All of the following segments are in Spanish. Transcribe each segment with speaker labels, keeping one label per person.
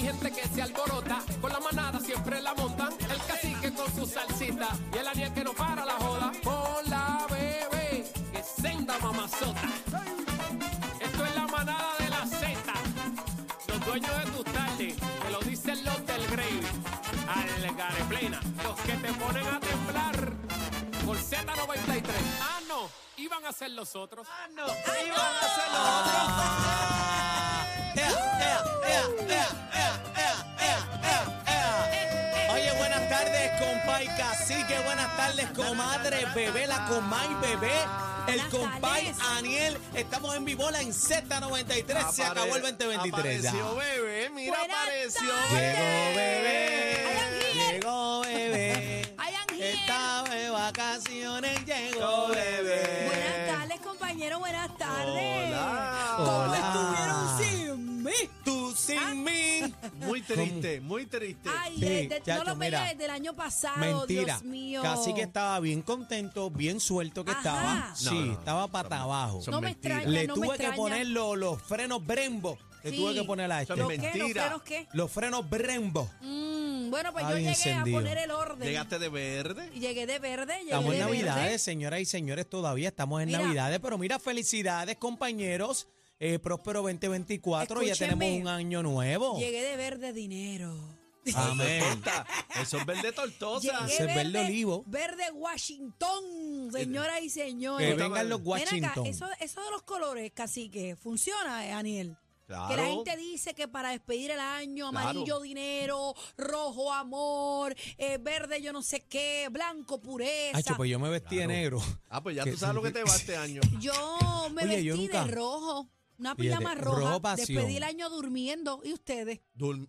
Speaker 1: gente que se alborota, con la manada siempre la montan, el cacique con su salsita y el aniel que no para la joda. Hola bebé, que senda mamazota. Esto es la manada de la Z, los dueños de tus tardes, te lo dicen los del Grey, Algaré plena, los que te ponen a temblar. Por Z93. Ah, no. Iban a ser los otros.
Speaker 2: Ah, no, iban a ser los otros. Ea, ea, ea, ea, ea, ea, ea, ea. Oye, buenas tardes, compay cacique, buenas tardes, comadre, bebé, la comay, bebé, el
Speaker 3: Buenas
Speaker 2: compay
Speaker 3: tardes.
Speaker 2: Aniel. Estamos en Vivola en Z93, se acabó el 2023 ya.
Speaker 4: Apareció bebé, mira,
Speaker 3: Buenas
Speaker 4: apareció
Speaker 3: tardes.
Speaker 2: Llegó
Speaker 3: Ay,
Speaker 2: bebé,
Speaker 3: Ángel.
Speaker 2: llegó bebé,
Speaker 3: Ay, Ángel.
Speaker 2: está de vacaciones, llegó bebé.
Speaker 3: Buenas tardes, compañero, buenas tardes.
Speaker 4: Hola.
Speaker 3: ¿Cómo
Speaker 2: Hola.
Speaker 3: estuvieron sin mí?
Speaker 2: Tú sin mí.
Speaker 4: Ah. Muy triste, muy triste.
Speaker 3: Ay,
Speaker 2: Sí,
Speaker 3: desde- no
Speaker 2: chacho,
Speaker 3: lo veía
Speaker 2: mira.
Speaker 3: desde el año pasado,
Speaker 2: Mentira.
Speaker 3: oh, Dios mío.
Speaker 2: Casi que estaba bien contento, bien suelto que
Speaker 3: Ajá.
Speaker 2: estaba.
Speaker 3: No,
Speaker 2: sí,
Speaker 4: no, no,
Speaker 2: estaba para abajo.
Speaker 4: son
Speaker 3: No me
Speaker 4: mentiras.
Speaker 3: extraña,
Speaker 2: Le
Speaker 3: no me
Speaker 2: tuve que
Speaker 3: extraña.
Speaker 2: poner lo- los frenos Brembo. Le
Speaker 3: Sí.
Speaker 2: tuve que poner a este.
Speaker 3: ¿Los
Speaker 4: Son
Speaker 3: qué? ¿Los
Speaker 4: mentiras.
Speaker 3: frenos qué?
Speaker 2: Los frenos Brembo.
Speaker 3: Mm, bueno, pues
Speaker 2: Está
Speaker 3: yo llegué
Speaker 2: bien encendido.
Speaker 3: a poner el orden.
Speaker 4: Llegaste de verde.
Speaker 3: Y Llegué de verde, llegué
Speaker 2: Estamos
Speaker 3: de
Speaker 2: en
Speaker 3: verde.
Speaker 2: Navidades, señoras y señores, todavía estamos en
Speaker 3: Mira.
Speaker 2: Navidades. Pero mira, felicidades, compañeros. Eh, próspero 2024, ya
Speaker 3: Escúcheme.
Speaker 2: tenemos un año nuevo.
Speaker 3: Llegué de verde dinero.
Speaker 2: Amén.
Speaker 4: Torta. Eso es verde tortosa.
Speaker 3: Llegué
Speaker 2: ese es verde olivo.
Speaker 3: Verde Washington, señoras y señores.
Speaker 2: que vengan los
Speaker 3: Ven acá,
Speaker 2: Washington.
Speaker 3: eso, eso de los colores, casi que funciona, eh, Aniel. Que la gente dice que para despedir el año,
Speaker 4: Claro.
Speaker 3: amarillo dinero, rojo amor, eh, verde yo no sé qué, blanco pureza.
Speaker 2: Hacho, pues yo me vestí de
Speaker 4: Claro.
Speaker 2: negro.
Speaker 4: Ah, pues ya
Speaker 2: Que
Speaker 4: tú sabes lo que
Speaker 2: sí.
Speaker 4: te va este año.
Speaker 3: yo me
Speaker 2: Oye,
Speaker 3: vestí
Speaker 2: yo nunca-
Speaker 3: de rojo, una
Speaker 2: Fíjate,
Speaker 3: pijama roja.
Speaker 2: rojo pasión.
Speaker 3: despedí el año durmiendo. ¿Y ustedes?
Speaker 4: Dur-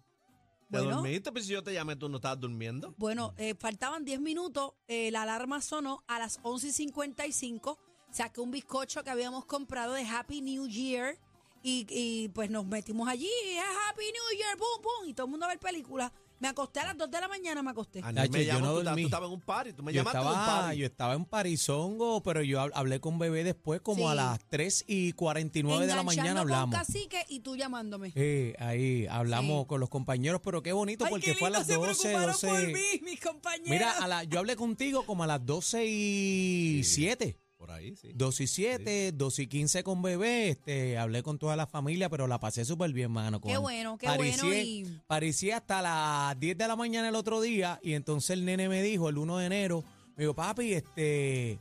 Speaker 4: ¿Te
Speaker 3: Bueno.
Speaker 4: dormiste? Pues si yo te llamé, tú no estabas durmiendo.
Speaker 3: Bueno, eh, faltaban 10 minutos, eh, la alarma sonó a las 11.55, saqué un bizcocho que habíamos comprado de Happy New Year y, y, pues nos metimos allí, eh, Happy New Year, pum, pum, y todo el mundo a ver películas. Me acosté a las 2 de la mañana, me acosté.
Speaker 4: A mí
Speaker 2: Nacho,
Speaker 4: me
Speaker 2: yo
Speaker 4: llamó,
Speaker 2: no
Speaker 4: tú, estabas-
Speaker 2: dormí.
Speaker 4: tú estabas en un party. Tú me
Speaker 2: Yo
Speaker 4: llamaste de un
Speaker 2: estaba,
Speaker 4: party.
Speaker 2: yo estaba en Parizongo, pero yo hab- hablé con bebé después, como
Speaker 3: Sí.
Speaker 2: a las 3 y 49 de la mañana
Speaker 3: Enganchando con
Speaker 2: hablamos.
Speaker 3: cacique y tú llamándome.
Speaker 2: Eh, ahí hablamos
Speaker 3: Sí.
Speaker 2: con los compañeros, pero qué bonito
Speaker 3: Ay,
Speaker 2: porque
Speaker 3: qué
Speaker 2: fue a
Speaker 3: lindo,
Speaker 2: las
Speaker 3: se
Speaker 2: 12,
Speaker 3: preocuparon
Speaker 2: 12.
Speaker 3: por mí, mis compañeros.
Speaker 2: Mira, a la- yo hablé contigo como a las 12 y
Speaker 4: Sí.
Speaker 2: 7.
Speaker 4: Por ahí, sí.
Speaker 2: 12 y 7, 12 y 15 con bebé. Este, hablé con toda la familia, pero la pasé súper bien, mano.
Speaker 3: Qué
Speaker 2: con-
Speaker 3: bueno, qué
Speaker 2: parecía,
Speaker 3: bueno y-
Speaker 2: parecía hasta las 10 de la mañana el otro día y entonces el nene me dijo el 1 de enero, me dijo, papi, este,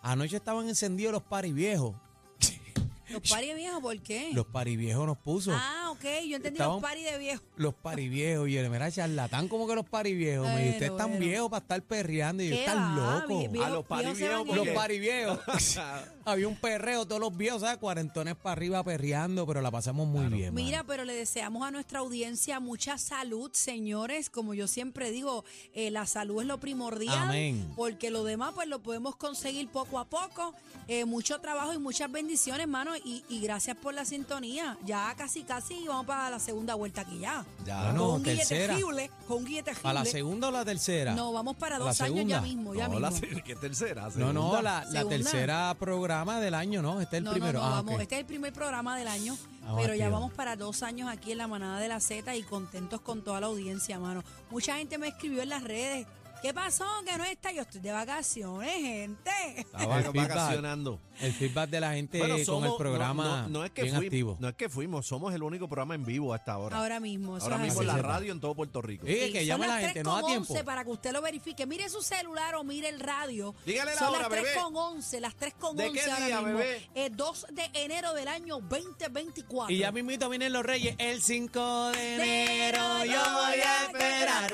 Speaker 2: anoche estaban encendidos los paris viejos.
Speaker 3: Los paris viejos, ¿por qué?
Speaker 2: Los paris viejos nos puso.
Speaker 3: ah, ok, yo entendí
Speaker 2: Estaban-
Speaker 3: los paris de viejos.
Speaker 2: Los paris viejos. Y él, mira, charlatán, como que los paris viejos. Me dijo,
Speaker 3: Bueno,
Speaker 2: ustedes están
Speaker 3: bueno.
Speaker 2: viejos para estar perreando y yo,
Speaker 3: ¿Qué
Speaker 2: están
Speaker 3: va?
Speaker 2: locos.
Speaker 3: Vie-
Speaker 4: A los paris
Speaker 3: se van
Speaker 4: viejos,
Speaker 3: en-
Speaker 2: Los
Speaker 4: porque-
Speaker 2: pariviejos. Había un perreo, todos los viejos, ¿sabes? Cuarentones para arriba perreando, pero la pasamos muy bien. mano.
Speaker 3: Mira, pero le deseamos a nuestra audiencia mucha salud, señores. Como yo siempre digo, eh, la salud es lo primordial.
Speaker 2: Amén.
Speaker 3: Porque lo demás, pues lo podemos conseguir poco a poco. Eh, mucho trabajo y muchas bendiciones, hermano. Y, y gracias por la sintonía. Ya casi, casi vamos para la segunda vuelta aquí ya.
Speaker 4: Ya,
Speaker 2: No,
Speaker 3: con un
Speaker 2: tercera.
Speaker 3: guillete fible, con un guillete
Speaker 2: ¿A la
Speaker 3: fible.
Speaker 2: segunda o la tercera?
Speaker 3: No, vamos para
Speaker 2: ¿A la
Speaker 3: dos años
Speaker 2: segunda?
Speaker 3: ya mismo, ya
Speaker 4: No, la
Speaker 3: mismo.
Speaker 4: se- ¿qué tercera?
Speaker 2: No, no,
Speaker 4: Segunda.
Speaker 2: la, la
Speaker 3: Segunda.
Speaker 2: tercera programa del año, ¿no? Este es el
Speaker 3: no,
Speaker 2: primero.
Speaker 3: no, no,
Speaker 2: Ah,
Speaker 3: vamos.
Speaker 2: ok.
Speaker 3: Este es el primer programa del año,
Speaker 2: Ah,
Speaker 3: pero ya
Speaker 2: tío.
Speaker 3: vamos para dos años aquí en la manada de la Z y contentos con toda la audiencia, mano. Mucha gente me escribió en las redes. ¿Qué pasó? Que no está. Yo estoy de vacaciones, gente.
Speaker 4: Estaba
Speaker 2: El feedback.
Speaker 4: vacacionando.
Speaker 2: El feedback de la gente con el
Speaker 4: no,
Speaker 2: programa
Speaker 4: no, no es que
Speaker 2: bien
Speaker 4: fuimos,
Speaker 2: activo.
Speaker 4: No es que fuimos, somos el único programa en vivo hasta ahora.
Speaker 3: Ahora mismo. eso
Speaker 4: Ahora
Speaker 3: es
Speaker 4: mismo en
Speaker 3: así.
Speaker 4: la
Speaker 2: Sí.
Speaker 4: radio en todo Puerto Rico.
Speaker 2: Eh, que
Speaker 3: son
Speaker 2: llame
Speaker 3: las
Speaker 2: la gente,
Speaker 3: 3
Speaker 2: no da
Speaker 3: con
Speaker 2: tiempo.
Speaker 3: 11 para que usted lo verifique. Mire su celular o mire el radio.
Speaker 4: Dígale la
Speaker 3: Son
Speaker 4: hora,
Speaker 3: las 3
Speaker 4: bebé.
Speaker 3: con 11, las 3 con
Speaker 4: ¿De
Speaker 3: 11
Speaker 4: qué
Speaker 3: ahora
Speaker 4: día,
Speaker 3: mismo.
Speaker 4: bebé?
Speaker 3: Eh, 2 de enero del año 2024.
Speaker 2: Y ya mismito vienen los reyes. El 5 de enero yo voy a esperar.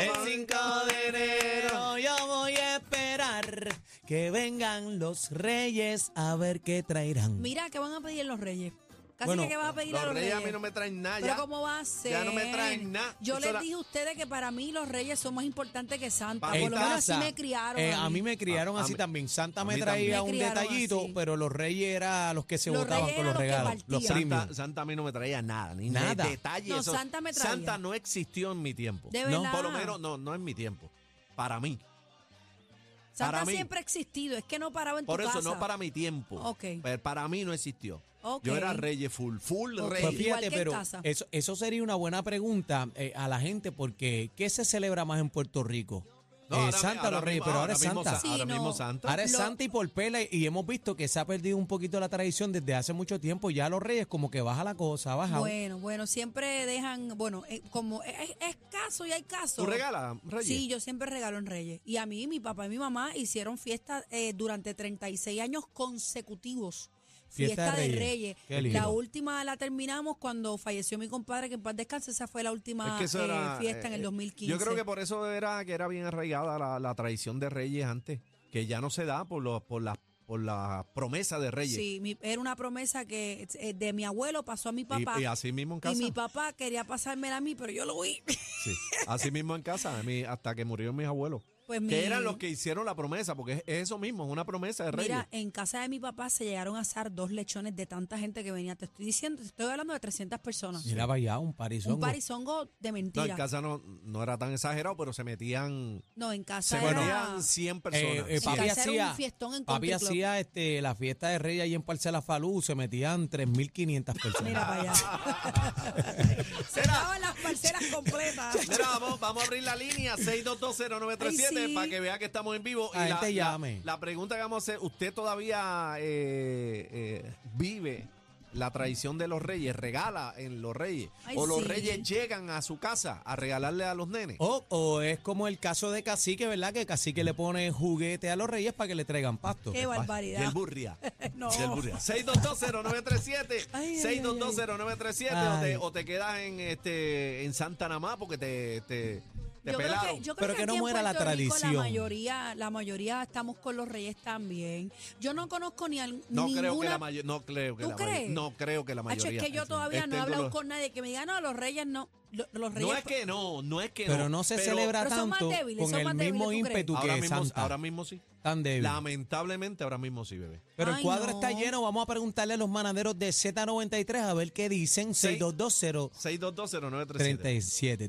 Speaker 2: El 5 de enero yo voy a esperar. Que vengan los reyes a ver qué traerán.
Speaker 3: Mira, ¿qué van a pedir los reyes? Casi
Speaker 2: Bueno,
Speaker 3: que ¿qué vas a pedir a
Speaker 4: Los
Speaker 3: los
Speaker 4: reyes
Speaker 3: reyes.
Speaker 4: a mí no me traen nada.
Speaker 3: Pero
Speaker 4: Ah, ya.
Speaker 3: ¿cómo va a ser?
Speaker 4: no me traen nada.
Speaker 3: Yo
Speaker 4: Eso
Speaker 3: les
Speaker 4: era-
Speaker 3: dije a ustedes que para mí los reyes son más importantes que Santa.
Speaker 4: Pa'
Speaker 3: Ah, Por
Speaker 2: En
Speaker 3: lo menos así
Speaker 2: casa,
Speaker 3: me criaron.
Speaker 2: eh,
Speaker 3: a mí.
Speaker 2: me criaron
Speaker 4: A- a
Speaker 2: así
Speaker 4: mí-
Speaker 2: también. Santa
Speaker 4: a
Speaker 2: me
Speaker 4: mí
Speaker 2: traía
Speaker 3: también. Me
Speaker 2: un
Speaker 3: criaron
Speaker 2: detallito,
Speaker 3: así.
Speaker 2: pero los reyes eran los que se
Speaker 3: Los
Speaker 2: votaban
Speaker 3: reyes
Speaker 2: con los
Speaker 3: eran los que
Speaker 2: regalos. Los
Speaker 3: partían.
Speaker 2: premium.
Speaker 4: Santa, Santa a mí no me traía nada, ni
Speaker 2: Nada.
Speaker 4: de detalle.
Speaker 3: No,
Speaker 4: eso.
Speaker 3: Santa me traía.
Speaker 4: Santa no existió en mi tiempo.
Speaker 3: De
Speaker 2: No,
Speaker 3: verdad.
Speaker 4: Por lo menos, no, no en mi tiempo. Para mí.
Speaker 3: Santa
Speaker 4: para mí.
Speaker 3: siempre ha existido. Es que no paraba en
Speaker 4: Por
Speaker 3: tu
Speaker 4: eso,
Speaker 3: casa.
Speaker 4: no para mi tiempo.
Speaker 3: Ok.
Speaker 4: Pero para mí no existió.
Speaker 3: Ok.
Speaker 4: Yo era Reyes full, full
Speaker 3: Ok.
Speaker 4: Reyes.
Speaker 2: Pues
Speaker 3: Igual
Speaker 2: fíjate,
Speaker 3: que en
Speaker 2: pero
Speaker 3: casa.
Speaker 2: eso, eso sería una buena pregunta eh, a la gente porque ¿qué se celebra más en Puerto Rico?
Speaker 4: No,
Speaker 2: Eh,
Speaker 4: ahora-
Speaker 2: Santa
Speaker 4: ahora
Speaker 2: los Reyes,
Speaker 4: mismo-
Speaker 2: pero ahora es
Speaker 4: mismo
Speaker 2: Santa.
Speaker 4: sa- ahora
Speaker 3: Sí,
Speaker 4: mismo
Speaker 3: no.
Speaker 4: Santa.
Speaker 2: Ahora es
Speaker 3: Lo-
Speaker 2: Santa y por pela y- y hemos visto que se ha perdido un poquito la tradición desde hace mucho tiempo. Ya los Reyes como que baja la cosa, baja.
Speaker 3: Bueno, bueno, siempre dejan, bueno, eh, como es, es caso y hay caso.
Speaker 4: ¿Tú regalas Reyes?
Speaker 3: Sí, yo siempre regalo en Reyes. Y a mí, mi papá y mi mamá hicieron fiesta eh, durante 36 años consecutivos.
Speaker 2: Fiesta de Reyes. Qué
Speaker 3: La
Speaker 2: lindo.
Speaker 3: última la terminamos cuando falleció mi compadre, que en paz descanse. Esa fue la última
Speaker 4: Es que eso
Speaker 3: eh,
Speaker 4: era,
Speaker 3: fiesta en el
Speaker 4: eh,
Speaker 3: 2015.
Speaker 4: Yo creo que por eso era que era bien arraigada la, la tradición de Reyes antes, que ya no se da por los, por las por la promesa de Reyes.
Speaker 3: Sí, mi- era una promesa que eh, de mi abuelo pasó a mi
Speaker 4: Y-
Speaker 3: papá.
Speaker 4: y, así mismo en
Speaker 3: y
Speaker 4: casa.
Speaker 3: mi papá quería pasármela a mí, pero yo lo vi.
Speaker 4: Sí, Así mismo en casa, a mí, hasta que murieron mis abuelos.
Speaker 3: Pues mi-
Speaker 4: Que eran los que hicieron la promesa, porque es, es eso mismo, es una promesa de Reyes.
Speaker 3: Mira, en casa de mi papá se llegaron a asar dos lechones de tanta gente que venía. Te estoy diciendo, te estoy hablando de 300 personas.
Speaker 2: Mira, vaya, un parizongo.
Speaker 3: un parizongo de
Speaker 4: no,
Speaker 3: mentira.
Speaker 4: en casa no, no era tan exagerado, pero se metían,
Speaker 3: No, en
Speaker 4: se
Speaker 3: casa
Speaker 2: Bueno.
Speaker 3: era...
Speaker 4: metían 100
Speaker 2: Eh,
Speaker 4: personas.
Speaker 2: eh,
Speaker 4: Cien.
Speaker 2: papi
Speaker 3: casa era un
Speaker 2: hacía,
Speaker 3: fiestón en
Speaker 2: papi
Speaker 3: country club.
Speaker 2: hacía este, la fiesta de Reyes ahí en Parcela Falú, se metían 3.500 personas.
Speaker 3: Mira para allá. Se daban las parcelas completas.
Speaker 4: Mira, vamos, vamos a abrir la línea 6220937
Speaker 3: Ay, sí.
Speaker 4: para que vea que estamos en vivo.
Speaker 2: La gente llame.
Speaker 4: La, pregunta que vamos a hacer, ¿usted todavía eh, eh, vive la tradición de los reyes? ¿Regala en los reyes?
Speaker 3: Ay,
Speaker 4: ¿O los
Speaker 3: sí.
Speaker 4: reyes llegan a su casa a regalarle a los nenes?
Speaker 2: O, o es como el caso de Cacique, ¿verdad? Que Cacique le pone juguete a los Reyes para que le traigan pasto.
Speaker 3: Qué barbaridad.
Speaker 4: Del Burria.
Speaker 3: No.
Speaker 4: Del Burria. 6220937.
Speaker 3: Oh. Ay, ay,
Speaker 4: 6220937. O te,
Speaker 2: Ay.
Speaker 4: o te quedas en, este, en Santa Namá porque te, te, te
Speaker 3: Yo creo
Speaker 4: pelaron.
Speaker 3: que- yo creo
Speaker 2: Pero que no
Speaker 3: aquí en
Speaker 2: muera la
Speaker 3: Puerto Rico
Speaker 2: tradición.
Speaker 3: la mayoría, la mayoría estamos con los reyes también. Yo no conozco ni al,
Speaker 4: No
Speaker 3: ninguna.
Speaker 4: creo que la mayoría. No creo que
Speaker 3: ¿Tú
Speaker 4: la mayo-
Speaker 3: crees?
Speaker 4: No creo que la
Speaker 3: Hacho,
Speaker 4: mayoría.
Speaker 3: es que yo todavía no he
Speaker 4: estén
Speaker 3: hablado
Speaker 4: los-
Speaker 3: con nadie que me diga, no, los reyes no. lo- Los reyes
Speaker 4: No es que no, no es que no.
Speaker 2: pero no se celebra
Speaker 3: pero son más
Speaker 2: tanto
Speaker 3: débiles,
Speaker 2: con
Speaker 3: son
Speaker 2: el
Speaker 3: más débiles,
Speaker 2: mismo
Speaker 3: ¿tú crees?
Speaker 2: ímpetu
Speaker 4: ahora
Speaker 2: que
Speaker 4: mismo,
Speaker 2: Santa.
Speaker 4: ahora mismo sí.
Speaker 2: tan débil.
Speaker 4: Lamentablemente ahora mismo sí, bebé.
Speaker 2: Pero el
Speaker 3: Ay,
Speaker 2: cuadro
Speaker 3: no.
Speaker 2: está lleno. Vamos a preguntarle a los manaderos de Z93 a ver qué dicen.
Speaker 4: Seis-
Speaker 2: 6220
Speaker 4: 6220937.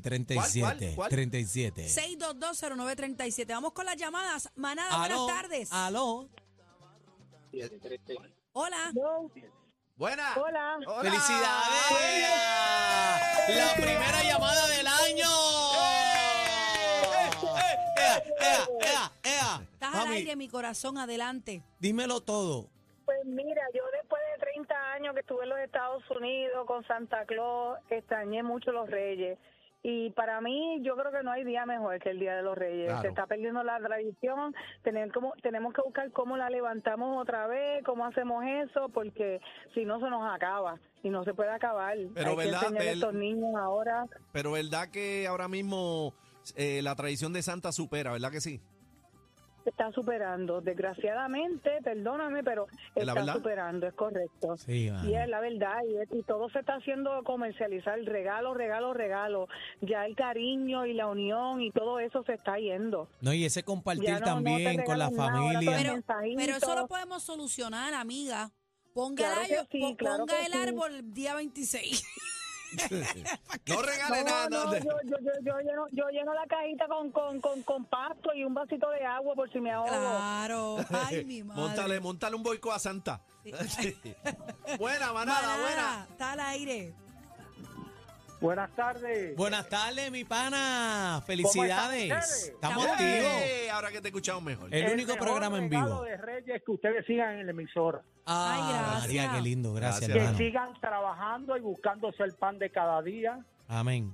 Speaker 2: 37, 37,
Speaker 4: ¿Cuál, cuál, cuál?
Speaker 2: 37.
Speaker 3: 6220937. Vamos con las llamadas. Manada,
Speaker 2: Aló,
Speaker 3: buenas tardes.
Speaker 4: Ah.
Speaker 2: Aló.
Speaker 3: Hola.
Speaker 4: Buena.
Speaker 5: Hola.
Speaker 4: Hola.
Speaker 2: ¡Felicidades! La primera llamada del año. ¡Ea, ea, ea, ea!
Speaker 3: Estás al
Speaker 2: Mami,
Speaker 3: aire, mi corazón, adelante.
Speaker 2: dímelo todo.
Speaker 5: Pues mira, yo después de 30 años que estuve en los Estados Unidos con Santa Claus, extrañé mucho los Reyes. Y para mí, yo creo que no hay día mejor que el Día de los Reyes.
Speaker 4: Claro.
Speaker 5: Se está perdiendo la tradición. Tener como, tenemos que buscar cómo la levantamos otra vez, cómo hacemos eso, porque si no se nos acaba y no se puede acabar.
Speaker 4: Pero,
Speaker 5: hay
Speaker 4: ¿verdad?
Speaker 5: que enseñar a
Speaker 4: Del-
Speaker 5: estos niños ahora.
Speaker 4: Pero verdad que ahora mismo eh, la tradición de Santa supera, ¿verdad que sí?
Speaker 5: se Está superando, desgraciadamente, perdóname, pero
Speaker 4: ¿Es la
Speaker 5: está
Speaker 4: verdad?
Speaker 5: superando, es correcto.
Speaker 2: Sí, mano.
Speaker 5: Y es la verdad, y, es- y todo se está haciendo comercializar, regalo, regalo, regalo. Ya el cariño y la unión y todo eso se está yendo.
Speaker 2: No, y ese
Speaker 5: Ya
Speaker 2: compartir
Speaker 5: no- no
Speaker 2: también
Speaker 5: te
Speaker 2: con la
Speaker 5: regalan nada, ahora todo
Speaker 2: familia.
Speaker 5: es
Speaker 3: Pero,
Speaker 5: mensajito.
Speaker 3: pero eso lo podemos solucionar, amiga. Ponga,
Speaker 5: Claro
Speaker 3: el,
Speaker 5: que
Speaker 3: ayo-
Speaker 5: sí,
Speaker 3: po-
Speaker 5: claro
Speaker 3: ponga
Speaker 5: que
Speaker 3: el
Speaker 5: sí.
Speaker 3: árbol el día 26.
Speaker 4: No regale
Speaker 5: No,
Speaker 4: nada.
Speaker 5: no,
Speaker 4: no.
Speaker 5: yo, yo, yo, yo lleno, yo lleno la cajita con, con, con, con pasto y un vasito de agua por si me ahogo.
Speaker 3: Claro. Ay, mi madre.
Speaker 4: Móntale, móntale un boico a Santa. buena, manada,
Speaker 3: Manada,
Speaker 4: buena.
Speaker 3: Está al aire.
Speaker 6: Buenas tardes.
Speaker 2: Buenas tardes, mi pana.
Speaker 6: ustedes?
Speaker 2: Felicidades. Estamos
Speaker 3: Estamos Eh,
Speaker 2: activos.
Speaker 4: ¡Ey! Ahora que te he escuchado mejor.
Speaker 2: El
Speaker 6: El
Speaker 2: único
Speaker 6: mejor
Speaker 2: programa en
Speaker 6: regalo
Speaker 2: vivo.
Speaker 6: de Reyes que ustedes sigan en la emisora.
Speaker 3: Ay, gracias.
Speaker 2: María, qué lindo. Gracias,
Speaker 4: Gracias.
Speaker 2: hermano.
Speaker 6: Que sigan trabajando y buscándose el pan de cada día
Speaker 2: Amén.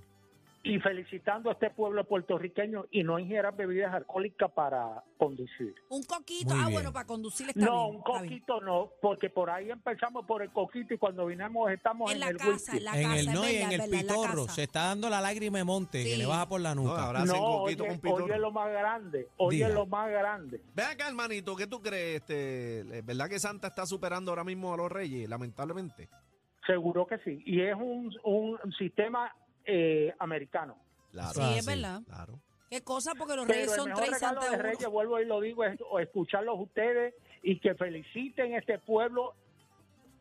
Speaker 6: y felicitando a este pueblo puertorriqueño y no ingieran bebidas alcohólicas para conducir.
Speaker 3: Un coquito.
Speaker 2: Muy
Speaker 3: ah,
Speaker 2: bien.
Speaker 3: bueno, para conducir está
Speaker 6: No,
Speaker 3: bien,
Speaker 6: un
Speaker 3: está bien.
Speaker 6: coquito no, porque por ahí empezamos por el coquito y cuando vinimos estamos en,
Speaker 3: En la
Speaker 6: el
Speaker 3: casa,
Speaker 6: whisky.
Speaker 3: en la
Speaker 2: en
Speaker 3: casa.
Speaker 2: el
Speaker 3: es
Speaker 2: no y
Speaker 3: verdad,
Speaker 2: en el
Speaker 3: es verdad, en la
Speaker 2: pitorro.
Speaker 3: casa.
Speaker 2: Se está dando la lágrima de monte que
Speaker 3: Sí.
Speaker 2: le baja por la nuca.
Speaker 4: No, ahora hacen
Speaker 6: No,
Speaker 4: coquito
Speaker 6: oye,
Speaker 4: con pitorro.
Speaker 6: oye lo más grande, oye
Speaker 2: Diga.
Speaker 6: lo más grande.
Speaker 4: Ve acá, hermanito, ¿qué tú crees? Este, ¿Verdad que Santa está superando ahora mismo a los reyes, lamentablemente?
Speaker 6: Seguro que sí. Y es un, un sistema eh, americano.
Speaker 4: Claro.
Speaker 3: Sí, es verdad.
Speaker 4: Claro.
Speaker 3: Qué cosa, porque los
Speaker 6: Pero
Speaker 3: reyes
Speaker 6: el
Speaker 3: son
Speaker 6: mejor
Speaker 3: tres y
Speaker 6: regalo
Speaker 3: Santa
Speaker 6: de
Speaker 3: es uno.
Speaker 6: Reyes, vuelvo y lo digo, es o escucharlos ustedes y que feliciten este pueblo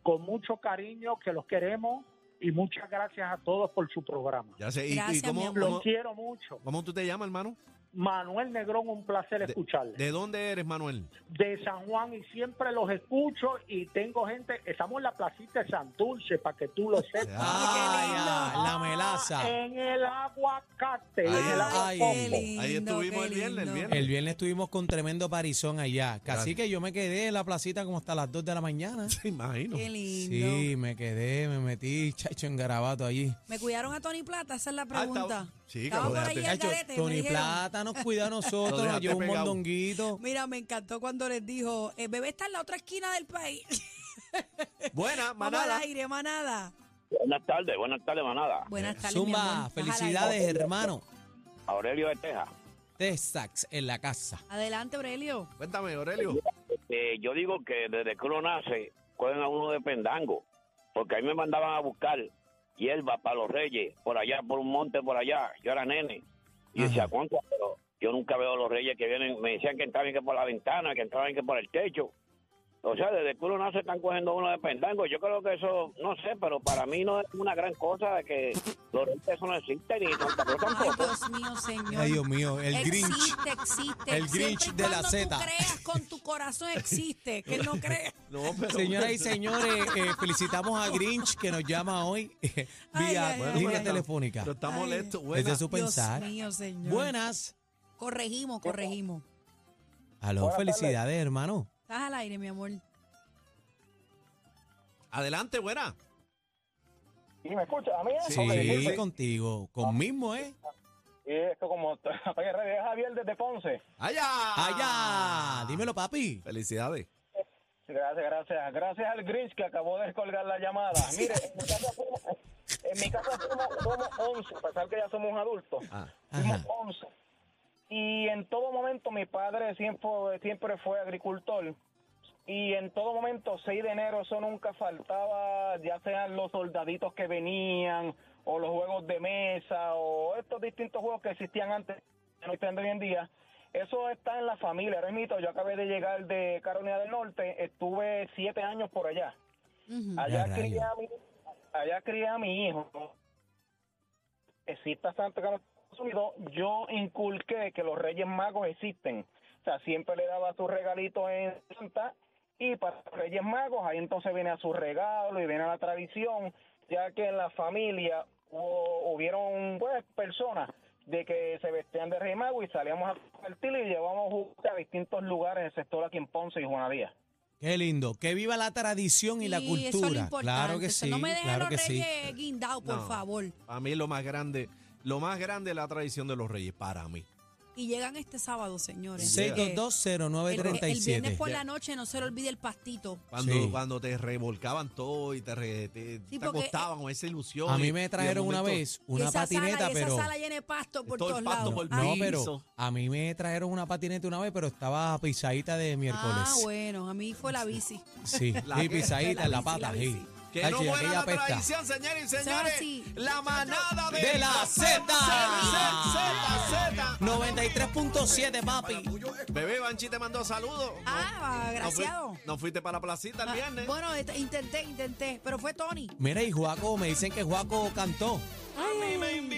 Speaker 6: con mucho cariño, que los queremos y muchas gracias a todos por su programa.
Speaker 4: Ya sé. ¿Y, y
Speaker 3: Gracias, mi
Speaker 4: cómo,
Speaker 3: amor.
Speaker 6: Los
Speaker 4: cómo,
Speaker 6: quiero mucho.
Speaker 4: cómo tú te llamas, hermano?
Speaker 6: Manuel Negrón, un placer escucharle.
Speaker 4: ¿De dónde eres, Manuel?
Speaker 6: de San Juan y siempre los escucho y tengo gente, estamos en la placita de Santurce para que tú lo sepas.
Speaker 2: Ay, ay, la melaza.
Speaker 6: Ah, En el aguacate, en
Speaker 4: Ahí,
Speaker 6: pues, el
Speaker 2: ay.
Speaker 6: aguacombo.
Speaker 3: Qué
Speaker 4: Ahí
Speaker 3: lindo,
Speaker 4: estuvimos
Speaker 3: qué
Speaker 4: el viernes, el
Speaker 3: lindo.
Speaker 4: viernes.
Speaker 2: El viernes estuvimos con tremendo parizón allá. Casi que yo me quedé en la placita como hasta las 2 de la mañana.
Speaker 4: Te imagino.
Speaker 3: Qué lindo.
Speaker 2: Sí, me quedé, me metí, chacho, en garabato allí.
Speaker 3: ¿Me cuidaron a Tony Plata? Esa es
Speaker 2: Ah,
Speaker 3: la
Speaker 4: estaba-
Speaker 3: pregunta.
Speaker 4: Sí, que
Speaker 3: Estaba
Speaker 4: lo
Speaker 3: por
Speaker 4: dejaste.
Speaker 3: ahí al
Speaker 2: Chacho,
Speaker 3: garete, me
Speaker 2: Tony
Speaker 3: dijeron.
Speaker 2: Plata nos cuida a
Speaker 4: Lo
Speaker 2: nosotros, nos
Speaker 4: dejaste
Speaker 2: llevó un
Speaker 4: pegado.
Speaker 2: mondonguito.
Speaker 3: Mira, me encantó cuando les dijo, el bebé está en la otra esquina del país.
Speaker 4: Buena,
Speaker 3: Vamos al
Speaker 4: manada.
Speaker 3: aire, manada.
Speaker 7: Buenas tardes, buenas tardes, manada.
Speaker 3: Buenas tardes, mi
Speaker 2: Eh, Zumba,
Speaker 3: amor. Estás al aire.
Speaker 2: felicidades, hermano.
Speaker 7: Aurelio de Texas.
Speaker 2: Texax en la casa.
Speaker 3: Adelante, Aurelio.
Speaker 4: Cuéntame, Aurelio.
Speaker 7: Este, yo digo que desde que uno nace, cogen a uno de pendango, porque ahí me mandaban a buscar hierba para los reyes, por allá, por un monte, por allá. Yo era nene. Y
Speaker 2: Ajá.
Speaker 7: decía, ¿cuánto? Pero yo nunca veo a los reyes que vienen. Me decían que entraban que por la ventana, que entraban que por el techo. O sea, desde que uno nace están cogiendo a uno de pendango. Yo creo que eso, no sé, pero para mí no es una gran cosa de que los reyes eso no existen ni Santa Claus
Speaker 3: Ay,
Speaker 7: tampoco.
Speaker 3: Dios mío, señor.
Speaker 2: Ay, Dios mío, el Grinch.
Speaker 3: Existe, existe.
Speaker 2: El Grinch
Speaker 3: Siempre y
Speaker 2: de la
Speaker 3: cuando
Speaker 2: Zeta.
Speaker 3: tú creas con tu corazón, existe. Que no creas.
Speaker 4: No, pero-
Speaker 2: Señoras y señores, eh, felicitamos a Grinch que nos llama hoy eh,
Speaker 3: Ay,
Speaker 2: vía
Speaker 3: ay, ay.
Speaker 4: Bueno,
Speaker 2: línea
Speaker 4: pero-
Speaker 2: telefónica.
Speaker 4: Pero está
Speaker 3: Ay.
Speaker 4: molesto.
Speaker 2: Es
Speaker 4: Buena.
Speaker 2: de su pensar.
Speaker 3: Dios mío, señor.
Speaker 2: Buenas.
Speaker 3: Corregimos, corregimos.
Speaker 2: Aló, felicidades, hermano.
Speaker 3: Estás al aire, mi amor.
Speaker 4: Adelante, buena.
Speaker 8: ¿Y me escucha? ¿A mí eso?
Speaker 2: Sí,
Speaker 8: Ok, sí.
Speaker 2: contigo. Con mismo, ¿eh?
Speaker 8: Esto como... Oye, Reyes, es Javier desde Ponce.
Speaker 4: Allá. Ah.
Speaker 2: Allá. Dímelo, papi.
Speaker 4: Felicidades.
Speaker 8: Gracias, gracias. Gracias al Grinch que acabó de descolgar la llamada. Mire, en mi casa fuimos, en mi casa fuimos, somos 11, a pesar que ya somos adultos.
Speaker 4: Ah,
Speaker 2: Ajá.
Speaker 8: Fuimos 11. Y en todo momento, mi padre siempre, siempre fue agricultor. Y en todo momento, 6 de enero, eso nunca faltaba, ya sean los soldaditos que venían, o los juegos de mesa, o estos distintos juegos que existían antes, que no existen hoy en día. Eso está en la familia. Ahora mismo, yo acabé de llegar de Carolina del Norte, estuve siete años por allá.
Speaker 3: Ujú.
Speaker 8: Allá
Speaker 2: Ya,
Speaker 8: crié,
Speaker 2: rayos.
Speaker 8: a mi, allá crié a mi hijo. Exista Santa Claus en Estados Unidos, yo inculqué que los Reyes Magos existen. O sea, siempre le daba sus regalitos en Santa y para los Reyes Magos ahí entonces viene a su regalo y viene a la tradición, ya que en la familia hubo- hubieron pues personas de que se vestían de Rey Mago y salíamos a compartir y llevamos juguetes a distintos lugares en el sector aquí en Ponce y Juanadía.
Speaker 2: Qué lindo. Que viva la tradición y la
Speaker 3: Sí,
Speaker 2: cultura.
Speaker 3: Eso es lo importante.
Speaker 2: Claro que
Speaker 3: Eso,
Speaker 2: sí.
Speaker 3: No me dejes
Speaker 2: claro
Speaker 3: los
Speaker 2: que sí.
Speaker 3: reyes guindados, por
Speaker 4: No.
Speaker 3: favor.
Speaker 4: Para mí lo más grande, lo más grande es la tradición de los reyes, para mí.
Speaker 3: Y llegan este sábado, señores. Así que el, el viernes
Speaker 2: 6220937.
Speaker 3: por la noche no se le olvide el pastito.
Speaker 4: Cuando,
Speaker 2: Sí.
Speaker 4: cuando te revolcaban todo y te, re- te, te
Speaker 3: porque,
Speaker 4: acostaban con esa ilusión.
Speaker 2: A
Speaker 4: y-
Speaker 2: mí
Speaker 4: y de
Speaker 2: me trajeron una
Speaker 4: momento-
Speaker 2: vez
Speaker 3: Y
Speaker 2: una
Speaker 3: esa
Speaker 2: patineta,
Speaker 3: sala, y
Speaker 2: pero
Speaker 3: esa sala llena de pasto por
Speaker 4: Todo el
Speaker 3: todos
Speaker 4: pasto
Speaker 3: lados.
Speaker 4: por el
Speaker 2: no,
Speaker 4: piso.
Speaker 2: pero a mí me trajeron una patineta una vez, pero estaba pisadita de miércoles.
Speaker 3: Ah, bueno, a mí fue la bici.
Speaker 2: Sí,
Speaker 4: La
Speaker 2: y
Speaker 4: que-
Speaker 2: pisadita en la
Speaker 3: la bici, la
Speaker 2: pata, sí.
Speaker 3: bici.
Speaker 4: Que
Speaker 2: Ay,
Speaker 4: no
Speaker 2: sí,
Speaker 4: fuera
Speaker 2: aquella
Speaker 4: la
Speaker 2: pesta.
Speaker 4: tradición, señores y señores.
Speaker 3: así.
Speaker 4: La manada de,
Speaker 2: De la Z.
Speaker 4: Z, Z, Z.
Speaker 2: 93.7, papi.
Speaker 4: Bebé Banchi te mandó saludos. No-
Speaker 3: Ah,
Speaker 4: No,
Speaker 3: agraciado.
Speaker 4: fui- no fuiste para la placita el
Speaker 3: Ah,
Speaker 4: viernes.
Speaker 3: Bueno, este- intenté, intenté, pero fue Tony.
Speaker 2: Mira, y Juaco, me dicen que Juaco cantó.
Speaker 4: A mí me invitan